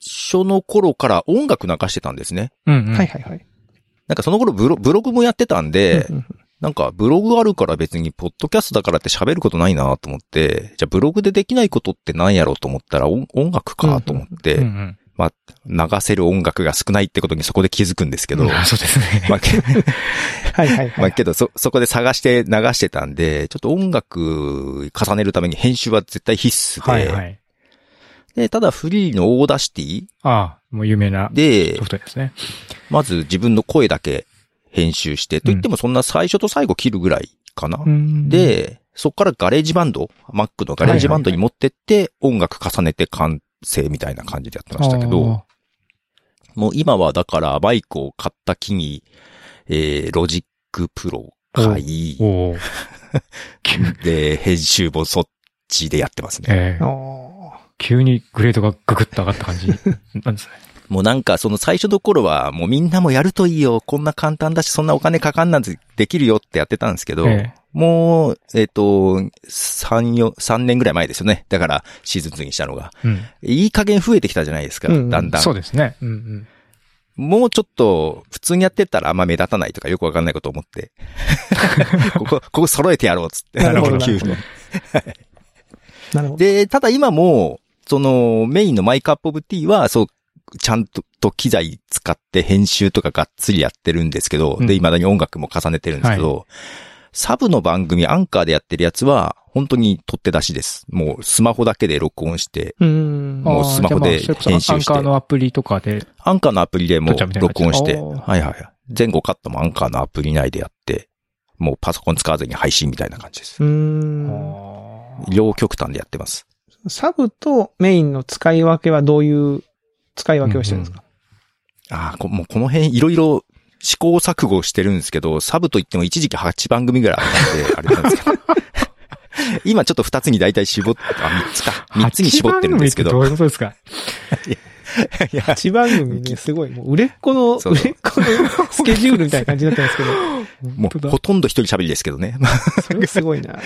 S3: 初の頃から音楽流してたんですね。
S1: うんうん。
S2: はいはいはい。
S3: なんかその頃ブロブログもやってたんで、
S2: うんうん
S3: なんかブログあるから別にポッドキャストだからって喋ることないなと思って、じゃあブログでできないことってなんやろうと思ったら音音楽かと思って、
S1: うんうん。
S3: 流せる音楽が少ないってことにそこで気づくんですけど、
S1: あそうですね。
S3: まあけ <laughs>
S2: はいはいは
S3: まあ
S2: い。
S3: けどそ、そこで探して流してたんで、ちょっと音楽重ねるために編集は絶対必須で、
S1: はいはい。
S3: で、ただフリーのオーダーシティ
S1: ああ、もう有名な
S3: で
S1: ソフ、トですね。
S3: まず自分の声だけ編集して、といってもそんな最初と最後切るぐらいかな。
S1: うん、
S3: で、そこからガレージバンド、Mac のガレージバンドに持ってって、音楽重ねて完成みたいな感じでやってましたけ
S1: あ
S3: ど、もう今はだからマイクを買った木に、えー、ロジックプロ買い
S1: あ、 <laughs> おー
S3: で、編集もそっちでやってますね。
S1: ええ
S2: おー
S1: 急にグレードがググッと上がった感じなん <laughs> ですね。
S3: もうなんかその最初の頃は、もうみんなもやるといいよ、こんな簡単だし、そんなお金かかんなんてできるよってやってたんですけど、
S1: え
S3: もう、えっ、と、3、4、3年ぐらい前ですよね。だから、シーズン2にしたのが。
S1: えうん
S3: いい加減増えてきたじゃないですか、
S2: うん
S3: だんだん。
S1: そうですね。うんうん。
S3: もうちょっと、普通にやってったらあんま目立たないとかよくわかんないこと思
S2: <laughs>
S3: って。ここ、ここ揃えてやろうっつって。
S2: なるほど
S3: 急に
S2: なるなるほど。
S3: で、ただ今も、その、メインのマイクアップオブティーは、そう、ちゃんと機材使って編集とかがっつりやってるんですけど、
S1: うん
S3: で、未だに音楽も重ねてるんですけど、サブの番組、アンカーでやってるやつは、本当に取って出しです。もうスマホだけで録音して、
S2: うん。
S3: もうスマホで
S1: ああじゃあまあそれこそアンカーのアプリとかで、
S3: アンカーのアプリで
S1: ど
S3: も
S1: っちみたいな
S3: 録
S1: 感
S3: 音
S1: じ
S3: して、
S2: おー
S3: はいはいはい。前後カットもアンカーのアプリ内でやって、もうパソコン使わずに配信みたいな感じです。
S2: うん。
S3: 両極端でやってます。
S2: サブとメインの使い分けはどういう使い分けをしてるんですか
S3: ああ、こもうこの辺いろいろ試行錯誤してるんですけど、サブといっても一時期8番組ぐらいあ
S1: <laughs>
S3: って、あれなんですけど。 <laughs> 今ちょっと2つに大体絞って、あ、3つか。3つに絞ってるんですけ
S1: ど
S3: ど。
S1: ういうことですか
S3: <laughs> いや、
S2: 一番組ね、すごい、もう売れっ子の、
S3: そう
S2: 売れっ子のスケジュールみたいな感じになって
S3: <laughs>
S2: ますけど、
S3: もうほとんど一人喋りですけどね。
S2: それすごいな。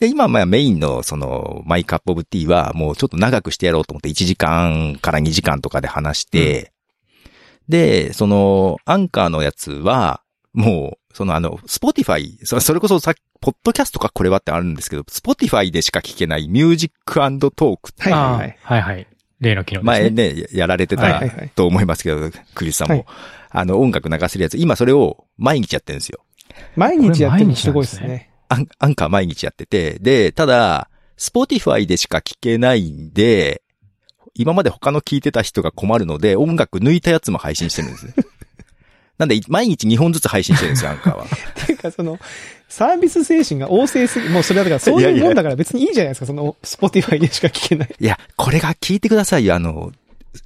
S3: で、今、まあメインの、その、マイカップオブティーは、もうちょっと長くしてやろうと思って、1時間から2時間とかで話して、で、その、アンカーのやつは、もう、そのあの、スポティファイ、そそれこそさっき、ポッドキャストかこれはってあるんですけど、スポティファイでしか聞けないミュージックトークって
S2: はいはいはい。
S1: ああはいはい。例の機能で
S3: 前
S1: すね。
S3: ね、ややられて
S2: はい
S3: た
S2: はいはい。
S3: と思いますけど、クリスさんも、
S2: はい
S3: あの、音楽流せるやつ、今それを毎日やってるんですよ。
S2: 毎日やってるのすごいですね。
S3: アンアンカー毎日やってて、で、ただ、スポティファイでしか聞けないんで、今まで他の聞いてた人が困るので、音楽抜いたやつも配信してるん <laughs> ですね。なんで、毎日2本ずつ配信してるんですよ、アンカーは。
S2: っていうか、その、サービス精神が旺盛すぎ、もうそれはだからそういうもんだから別にいいじゃないですか、その、スポティファイでしか聞けない。
S3: <laughs> いや、これが聞いてくださいよ。あの、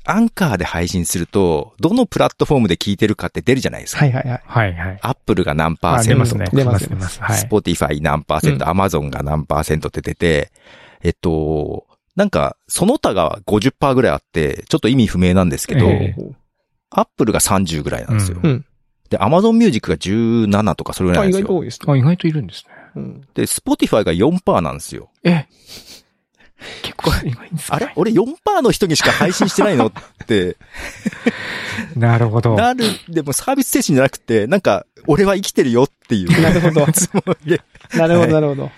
S3: アンカーで配信すると、どのプラットフォームで聞いてるかって出るじゃないですか。
S2: はいはいはい。
S1: はいはい。
S3: アップルが何パー
S1: あ、
S3: セ
S1: 出ま
S3: ントと
S1: す
S3: か
S1: ね。
S2: 出ます
S1: 出ます。は
S3: ス
S1: い。
S3: ポティファイ何パーセント、アマゾンが何パーセントって出て、えっと、なんか、その他が50%ぐらいあって、ちょっと意味不明なんですけど、
S1: ええ
S3: アップルが30ぐらいなんですよ。
S1: うん
S3: で、アマゾンミュージックが17とかそれぐら
S2: あ
S3: い
S2: 意
S3: なん
S2: 外
S3: です
S2: と
S3: よ。
S2: 多いですね。
S1: あ、意外といるんですね。
S2: うん
S3: で、スポティファイが4%なんですよ。
S1: え結構 <laughs> 意外に少
S3: あ
S1: ない
S3: れ俺4%の人にしか配信してないのって、
S1: なるほど。
S3: なる、でもサービス精神じゃなくて、なんか、俺は生きてるよっていう。
S2: なるほど
S3: <laughs> つもりで
S2: なるほど、なるほど。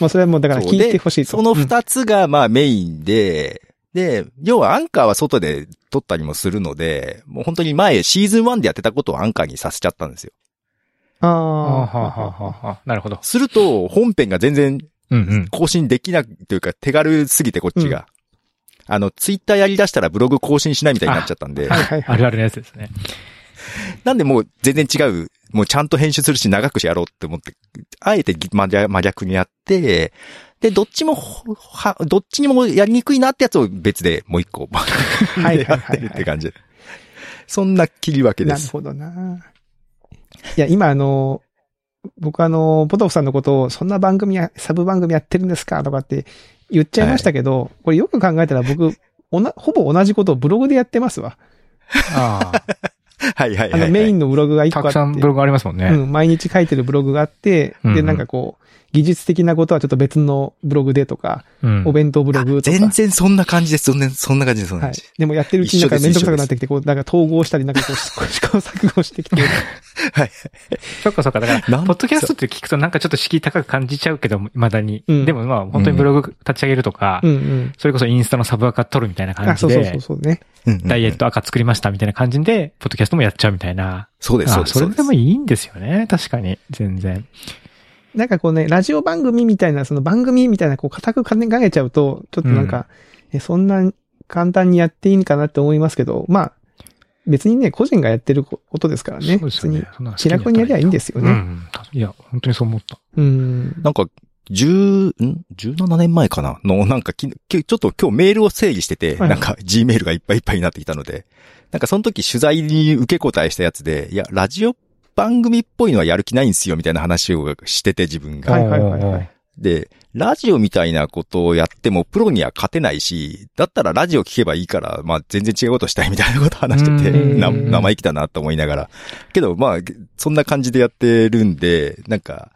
S2: まあそれはもうだから聞いてほしいと
S3: その
S2: うん
S3: 二つがまあメインで、で、要はアンカーは外で撮ったりもするので、もう本当に前シーズン1でやってたことをアンカーにさせちゃったんですよ。
S2: あ
S1: あはは
S2: あ。
S1: ははなるほど。
S3: すると、本編が全然
S1: うんうん。
S3: 更新できなくというか手軽すぎてこっちが。あの、ツイッターやり出したらブログ更新しないみたいになっちゃったんで
S2: は、いはいは
S1: あ
S2: い。
S1: るあるのやつですね。
S3: なんでもう全然違う、もうちゃんと編集するし長くしやろうって思って、あえて真逆真逆にやって、で、どっちも、は、どっ <laughs> ちにもやりにくいなってやつを別でもう一個、
S2: はいはいはいはい
S3: やってるって感じ。そんな切り分けで
S2: なる
S3: す。
S2: ほどな。いや、今あの、僕あの、ポトフさんのことを、そんな番組や、サブ番組やってるんですかとかって言っちゃいましたけど、これよく考えたら僕、おな、ほぼ同じことをブログでやってますわ。
S1: あ <laughs> あ。
S3: はいは
S2: あ
S3: いはい、は
S2: の、
S3: い。
S2: メインのブログが一個
S1: た
S2: あっ
S1: く
S2: て。
S1: さんブログありますもんね。
S2: うん、毎日書いてるブログがあって、
S1: うんう
S2: で、
S1: ん
S2: なんかこう、技術的なことはちょっと別のブログでとか、
S1: うん。
S2: お弁当ブログとか。
S3: 全然そんな感じです。そんなそんな感じです。そんな
S2: は
S3: 感
S2: い
S3: じ。。
S2: でもやってるうちになんか
S3: 一緒
S2: め
S3: で
S2: んど
S3: す
S2: くさくなってきて、こう、なんか統合したり、なんかこう、試行錯誤してき
S1: <laughs>
S2: て、
S1: そっかそっか。だから、
S3: なん
S1: ポッドキャストって聞くとなんかちょっと敷居高く感じちゃうけど、未だに。
S2: うん
S1: でもまあ、本当にブログ立ち上げるとか、
S2: うんうん。
S1: それこそインスタのサブアカ取るみたいな感
S2: あ、
S1: じ
S2: そうそう
S1: で
S2: そう、そうね。
S3: うんうんうん
S1: ダイエッ。ト赤作りましたみたいな感じで、ポッドキャストもやっちゃうみたいな。
S3: そうです、そう
S1: あ
S3: です。
S1: それでも
S3: い。
S1: いいんですよね。確かに。全然。
S2: なんかこうね、ラジオ番組みたいな、その番組みたいな、こう、固く考えちゃうと、ちょっとなんか、えそんな簡単にやっていいんかなって思いますけど、まあ、別にね、個人がやってることですからね。
S1: そうです
S2: 別
S1: よ
S2: に
S1: ね。そんなの好き
S2: 気楽にやりゃいいんですよ
S1: う
S2: ね。
S1: ん。いや、本当にそう思った。
S2: うん。
S3: なんか、十、ん ?17 年前かなの、なんかき、きちょっと今日メールを整理してて、
S2: はい
S3: なんか G メールがいっぱいいっぱいになってきたので、なんかその時取材に受け答えしたやつで、いや、ラジオ番組っぽいのはやる気ないんすよ、みたいな話をしてて自分が。
S2: はいはいはいはい
S1: おーおー
S3: で、ラジオみたいなことをやってもプロには勝てないし、だったらラジオ聞けばいいから、まあ全然違うことしたいみたいなこと話してて、
S1: うん
S3: な生意気だなと思いながら。けどまあ、そんな感じでやってるんで、なんか、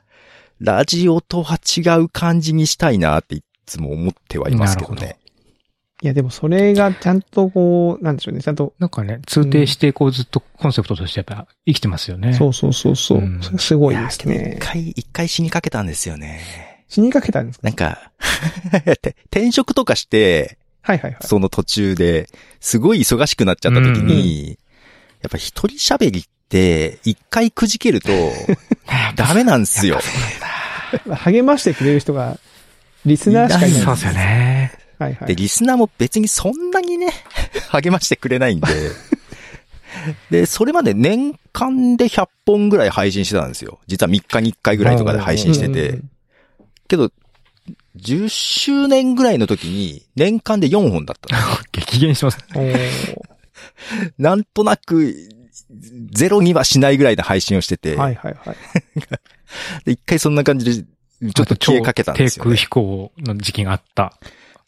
S3: ラジオとは違う感じにしたいなっていつも思ってはいますけど
S1: なる
S3: ね。
S2: いや、でもそれがちゃんとこう、なんでしょうね、ちゃんと。
S1: なんかね、通底して、こうずっとコンセプトとしてやっぱ生きてますよね。。
S2: そうそうそうそううんそれすごいですね
S3: 一。回、一回死にかけたんですよね。
S2: 死にかけたんですか
S3: なんか、 <laughs> て転職とかして、
S2: はいはいはい。
S3: その途中で、すごい忙しくなっちゃった時に、やっぱ一人喋りって、一回くじけると、
S2: <laughs>
S3: ダメなんですよ。
S2: 励ましてくれる人が、リスナーしかいない。
S1: そうですよね。
S2: はいは
S3: で、
S2: い。
S3: リスナーも別にそんな
S2: <laughs>
S3: にね、励ましてくれないんで、で、それまで年間で100本ぐらい配信してたんですよ。実は3日に1回ぐらいとかで配信して
S2: うんうん
S3: て。けど、10周年ぐらいの時に、年間で4本だったの。
S2: <laughs>
S1: 激減してます。
S2: うんおー
S3: なんとなく、ゼロにはしないぐらいの配信をしてて、
S2: はいはいはい。
S3: で、一回そんな感じで、ちょっと消えかけたんですよ、
S1: 低空
S3: ね。
S1: 飛行の時期があった。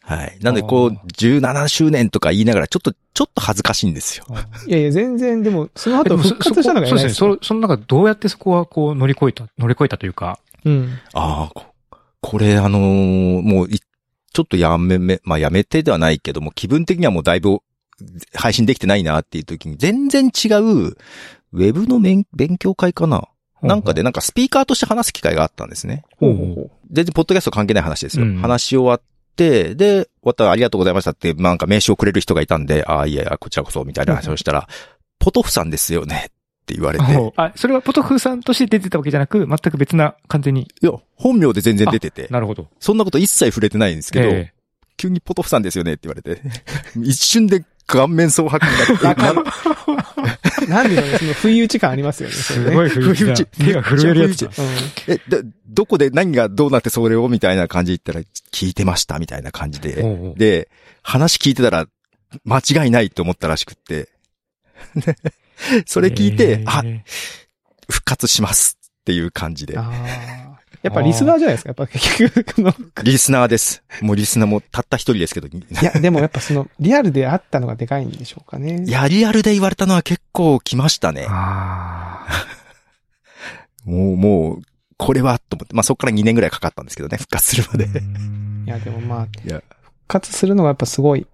S3: はい。なんで、こう、17周年とか言いながら、ちょっと、ちょっと恥ずかしいんですよ。
S2: いやいや、全然、でも、その
S1: えで
S2: 後
S1: もそ
S2: 復活したのが
S1: そこ
S2: 偉
S1: そう
S2: いで
S1: ですすね。
S2: よ。
S1: そその中どうやってそこはこう乗り越えた、乗り越えたというか。
S2: うん。
S3: ああ、ここれ、あのーもうい、ちょっとやめめ、まあ、やめてではないけども、気分的にはもうだいぶ、配信できてないなっていう時に、全然違う、ウェブの勉勉強会かななんかで、なんかスピーカーとして話す機会があったんですね。
S2: ほうほうほう。
S3: 全然ポッドキャスト関係ない話ですよ。
S1: うん
S3: 話し終わって、で、またありがとうございましたって、なんか名刺をくれる人がいたんで、ああ、いやいや、こちらこそ、みたいな話をしたら、ポトフさんですよね、って言われて、
S1: おうあ、それはポトフさんとして出てたわけじゃなく、全く別な、完全に。
S3: いや、本名で全然出てて、
S1: なるほど。
S3: そんなこと一切触れてないんですけど、
S1: え
S3: 急にポトフさんですよねって言われて、 <laughs> 一瞬で顔面蒼白にな
S1: <laughs>
S2: わ
S3: って、
S2: か
S3: な
S2: る。なんでしょうね、その不意打ち感あります
S1: え
S2: よね。
S3: <laughs>
S1: す
S2: い。う
S1: ごい不意打ち。
S3: 不意
S1: 手
S3: 打
S1: が
S3: ち
S1: 震えるやつだ。
S2: ん。
S3: え、ど、どこで何がどうなってそれをみたいな感じで言ったら、聞いてました、みたいな感じで、
S1: おうおう
S3: で、話聞いてたら、間違いないと思ったらしくって。 <laughs> でそれ聞いて、あ、
S1: え
S3: 復活しますっていう感じで。
S2: ああ。やっぱリスナーじゃないですか、やっぱ結局、この。
S3: リスナーです。もうリスナーもたった一人ですけ
S2: <laughs>
S3: ど、<laughs>
S2: いや、でもやっぱその、リアルであったのがでかいんでしょうかね。
S3: いや、リアルで言われたのは結構来ましたね
S1: ー。あー
S3: もう、もう、これは、と思って。まあ、そこから2年ぐらいかかったんですけどね、復活する <laughs> まで。
S1: うーん
S2: いや、でもまあ、
S3: いや
S2: 復活するのがやっぱすごい、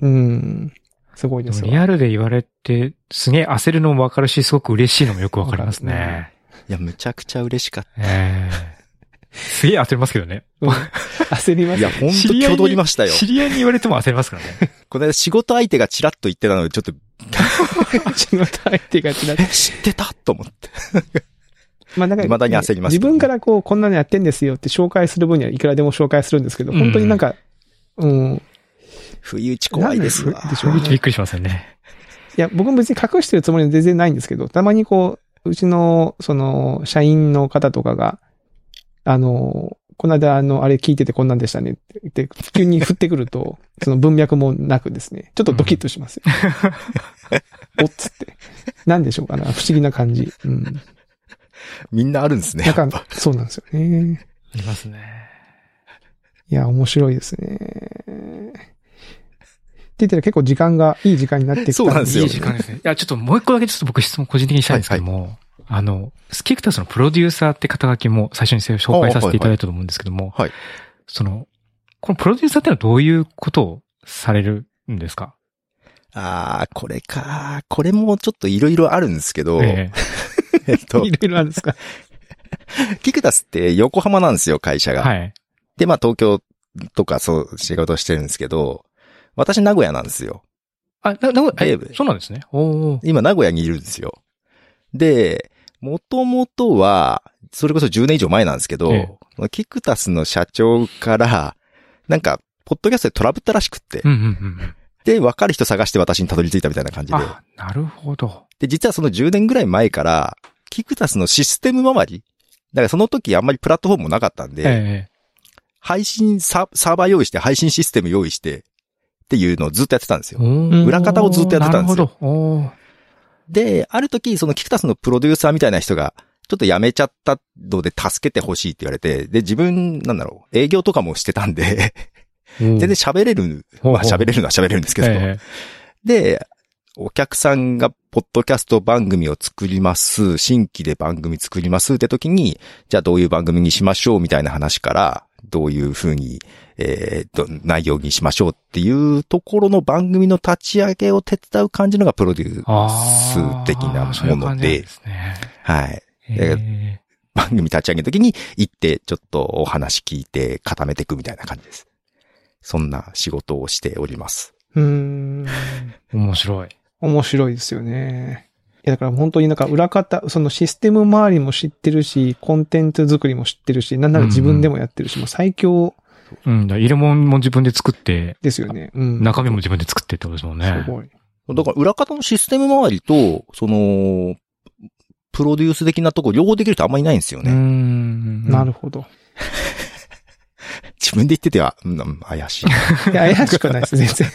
S2: うん、すごい
S1: で
S2: です
S1: も
S2: よ。
S1: リアルで言われて、すげえ焦るのもわかるし、すごく嬉しいのもよくわかりますね。 <laughs>
S3: いや、むちゃくちゃ嬉しかっ
S1: ええすげえ焦りますけどね。
S2: うん焦りま
S3: た。い
S2: す
S3: や、
S2: よ。
S3: ほんと
S1: 知り合いに
S3: 挙りましたよ。
S1: 知り合いに言われても焦りますから <laughs> ね。
S3: この間仕事相手がチラッと言ってたので、ちょっと、
S2: 仕事相手がちな
S3: <laughs> え、知ってたと思って。 <laughs>
S2: まあ、なんか
S3: 未だに焦りますけ
S2: 自
S3: どね
S2: 分からこう、こんなのやってんですよって紹介する分にはいくらでも紹介するんですけど、
S1: うん
S2: 本当になんか、うん、
S3: 不意打ち怖いですわ
S2: なん。でしょうね
S1: びっくりしますよね。
S2: いや、僕も別に隠してるつもりは全然ないんですけど、たまにこう、うちの、その、社員の方とかが、あの、この間、あの、あれ聞いててこんなんでしたねって言って、 <laughs> 急に振ってくると、その文脈もなくですね、ちょっとドキッとしますよ。おっつって。なんでしょうかな。不思議な感じ。うん。
S3: みんなあるんですね。
S2: なんか、そうなんですよね。
S1: ありますね。
S2: いや、面白いですね。って言ったら結構時間が、いい時間になってきた
S3: そうなんですよ
S1: いい時間ですね。いや、ちょっともう一個だけちょっと僕質問個人的にしたいんですけども、あの、スキクタスのプロデューサーって肩書きも最初に紹介させていただいたと思うんですけども、
S3: はいはい
S1: その、このプロデューサーってのはどういうことをされるんですか
S3: ああ、これか。これもちょっといろいろあるんですけど、 <laughs> え
S1: え
S3: っと
S2: い、ろいろあるんですか。
S3: キクタスって横浜なんですよ、会社
S1: え
S3: が。
S1: はい。
S3: で、まあ東京とかそう仕事してるんですけど、私名古屋なんですよ。
S1: あ、な、な、え
S3: デーブ
S1: そうなんですね。おー
S3: 今名古屋にいるんですよ。で、もともとは、それこそ10年以上前なんですけど、
S1: ええ
S3: そのキクタスの社長から、なんか、ポッドキャストでトラブったらしくって
S1: う、んうんうん。
S3: で、分かる人探して私にたどり着いたみたいな感じで、
S1: あ、なるほど。
S3: で、実はその10年ぐらい前から、キクタスのシステム周り、だからその時あんまりプラットフォームもなかったんで、
S1: え
S3: 配信サ、サーバー用意して、配信システム用意して、っていうのをずっとやってたんです
S1: え
S3: よ。
S1: おー
S3: 裏方をずっとやってたんですよ
S1: なるほど。おー
S3: で、ある時、そのキクタスのプロデューサーみたいな人が、ちょっと辞めちゃったので助けてほしいって言われて、で、自分、なんだろう、営業とかもしてたんで、
S1: 全
S3: 全然喋れる、
S1: ほうほう
S3: まあ喋れるのは喋れるんですけど、
S1: え
S3: で、お客さんがポッドキャスト番組を作ります、新規で番組作りますって時に、じゃあどういう番組にしましょうみたいな話から、どういうふうに、えーど内容にしましょうっていうところの番組の立ち上げを手伝う感じのがプロデュ
S1: えあ
S3: ー
S1: あ。
S3: ス的な
S1: そういう
S3: もの
S1: 感じなん
S3: で、
S1: ですね。
S3: はい。
S1: ええ
S3: 番組立ち上げの時に行って、ちょっとお話聞いて固めていくみたいな感じです。そんな仕事をしております。
S2: う
S1: <laughs>
S2: ーん。
S1: 面白い。
S2: 面白いですよね。いや、だから本当になんか裏方、そのシステム周りも知ってるし、コンテンツ作りも知ってるし、なんなら自分でもやってるし、もう最強
S1: うんだ、入れ物も自分で作って、
S2: ですよね。うん。
S1: 中身も自分で作ってってことですもんね
S2: す。ごい。
S3: だから裏方のシステム周りと、その、プロデュース的なとこ両方できる人あんまりいないんですよ
S1: うー
S3: ね。
S1: ん。
S2: なるほど。
S3: 自分で言ってては、うん、怪 <laughs> しい。
S2: いや、怪しくないです、全然。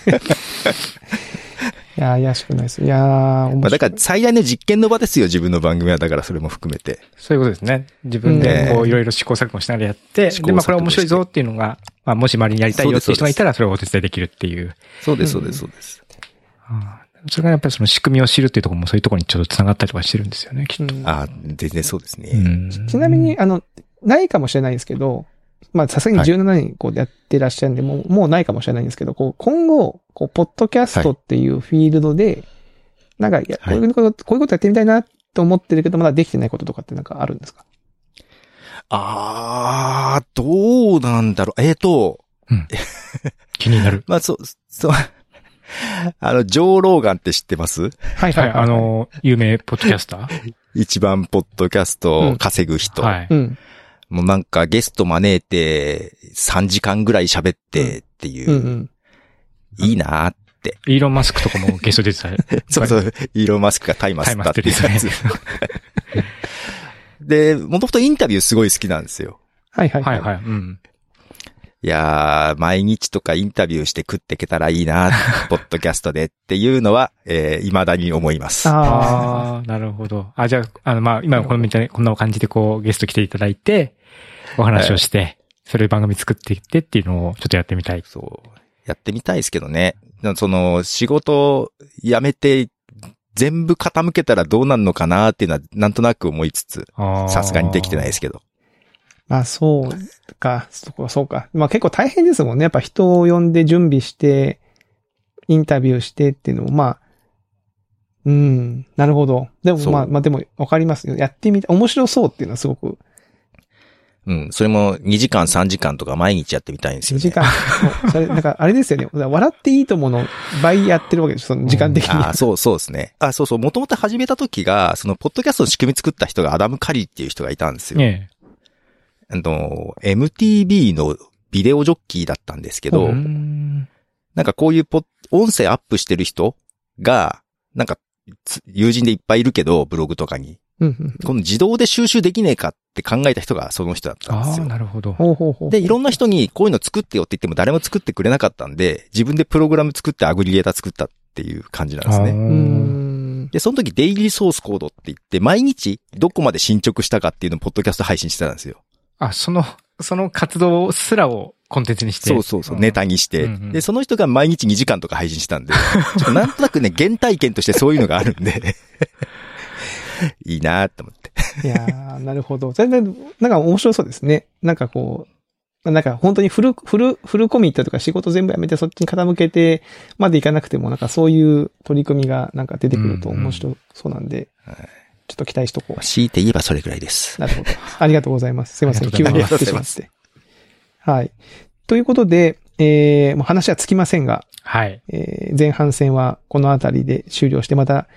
S2: いや、怪しくないです。いやー、面白
S3: まあ
S2: い。
S3: だから最大の実験の場ですよ、自分の番組は。だからそれも含めて。
S1: そういうことですね。自分でこ
S3: う
S1: う、
S3: ん
S1: いろいろ試行錯誤しながらやって、
S3: 試行錯誤
S1: で、まあこれ面白いぞっていうのが、まあもし周りにやりたいよっていう人がいたら、それをお手伝いできるっていう。
S3: そうです、
S2: う
S3: そ
S2: ん
S3: うです、そうです。
S1: あーそれがやっぱりその仕組みを知るっていうところもそういうところにちょっと繋がったりとかしてるんですよね、きっと。
S2: うん
S3: ああ、全然そうですね。
S1: うん
S2: ちなみに、、あの、ないかもしれないですけど、まあ、さすがに17年こうやってらっしゃるんで、もう、もうないかもしれないんですけど、こう、今後、こう、ポッドキャストっていうフィールドで、なんか、いや、こ
S3: は
S2: う
S3: い
S2: いうこと、こういうことやってみたいなと思ってるけど、まだできてないこととかってなんかあるんですか
S3: ああ、どうなんだろう。えっ、と、
S1: 気になる。
S3: まあ、そう、そう、 <laughs> あの、ジョー・ローガンって知ってます
S2: はい
S1: はい、あ、の、有名ポッドキャスタ <laughs> ー
S3: 一番ポッドキャストを稼ぐ人。
S1: はい。
S2: うん。
S3: もうなんかゲスト招いて、3時間ぐらい喋ってっていう、
S2: うんうん。
S3: いいなーって。
S1: イーロン・マスクとかもゲスト出てた。
S3: そうそう、イーロン・マスクがタイマ
S1: タイ
S3: ス
S1: マー
S3: だって
S1: 出
S3: い
S1: てた
S3: う
S1: ね
S3: やつ。。で、もともとインタビューすごい好きなんですよ。
S2: はいはい
S1: はいはい。うん。
S3: いやー、毎日とかインタビューして食ってけたらいいなー、ポッドキャストでっていうのは、 <laughs> えー、未だに思います。
S2: ああ。
S1: ああ、なるほど。あ、じゃあ、あの、まあ、今このみたいな、こんな感じでこう、ゲスト来ていただいて、お話をして、それ番組作っていってっていうのをちょっとやってみたい。。
S3: そう。やってみたいですけどね。なその、仕事を辞めて、全部傾けたらどうなんのかなーっていうのは、なんとなく思いつつ、さすがにできてないですすけど。
S2: まあ、そうか、そこはそうか。まあ、結構大変ですもんね。やっぱ人を呼んで準備して、インタビューしてっていうのも、まあ、うん、なるほど。でも、
S3: そう
S2: まあ、まあ、でも、わかりますよ。やってみて、面白そうっていうのはすごく、
S3: うん。それも2時間3時間とか毎日やってみたいんですよ、ね。
S2: 時間、そうそれ、なんか、あれですよね。だから笑っていいともの倍やってるわけですその時間的に。
S3: ああ、そうそうですね。あそうそう。もともと始めた時が、その、ポッドキャストの仕組み作った人がアダム・カリーっていう人がいたんですよ。
S1: ね
S3: あの、MTV のビデオジョッキーだったんですけ
S1: え。
S3: ど、
S1: うーん
S3: なんかこういうポッ音声アップしてる人が、なんか、つ友人でいっぱいいるけど、ブログとかに。
S2: うんうん。
S3: この自動で収集できねえかって考えた人がその人だったんで
S1: あ
S3: す
S1: あ、
S3: よ。
S1: なるほど。
S2: ほうほうほう。
S3: で、いろんな人にこういうの作ってよって言っても誰も作ってくれなかったんで、自分でプログラム作ってアグリゲーター作ったっていう感じなんですね。
S2: うー
S1: ね。
S2: ん。うん。
S3: で、その時デイリーソースコードって言って、毎日どこまで進捗したかっていうのをポッドキャスト配信してたんですよ。
S1: あ、その、その活動すらをコンテンツにして。
S3: そうそうそう、
S1: ん
S3: ネタにして、
S1: うんうん
S3: で、その人が毎日2時間とか配信してたんで、 <laughs> ちょっとなんとなくね、原体験としてそういうのがあるんで、 <laughs> いいなーって思って。
S2: いやー、なるほど。全然、なんか面白そうですね。なんかこう、なんか本当にフル、フル、フルコミットとか仕事全部やめてそっちに傾けてまでいかなくても、なんかそういう取り組みがなんか出てくると
S1: うんうん
S2: 面白そうなんで、
S3: はい
S2: ちょっと期待しとこう。
S3: 強いて言えばそれぐらいです。
S2: なるほど。ありがとうございます。すいません。
S1: あ
S2: 急
S1: り
S3: が
S2: に
S3: とうござい
S2: や
S3: ま
S2: っ
S3: す
S2: てしまって。はい。ということで、えー、もう話はつきませんが、
S1: はい。
S2: えー前半戦はこの辺りで終了して、また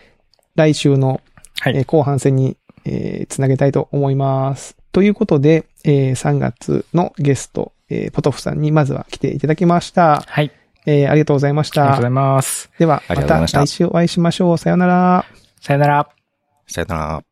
S2: 来週の、
S1: はい
S2: えー後半戦に、えーつなげたいと思います。ということで、えー3月のゲスト、えーポトフさんにまずは来ていただきました。
S1: はい。
S2: えーありがとうございまし
S1: ありがとうござ
S2: た。
S1: います。
S2: では、ま
S3: ありがとうござい
S2: た
S3: ました
S2: 来週お会いしましょう。さようなら。
S1: さよなら。
S3: さよなら。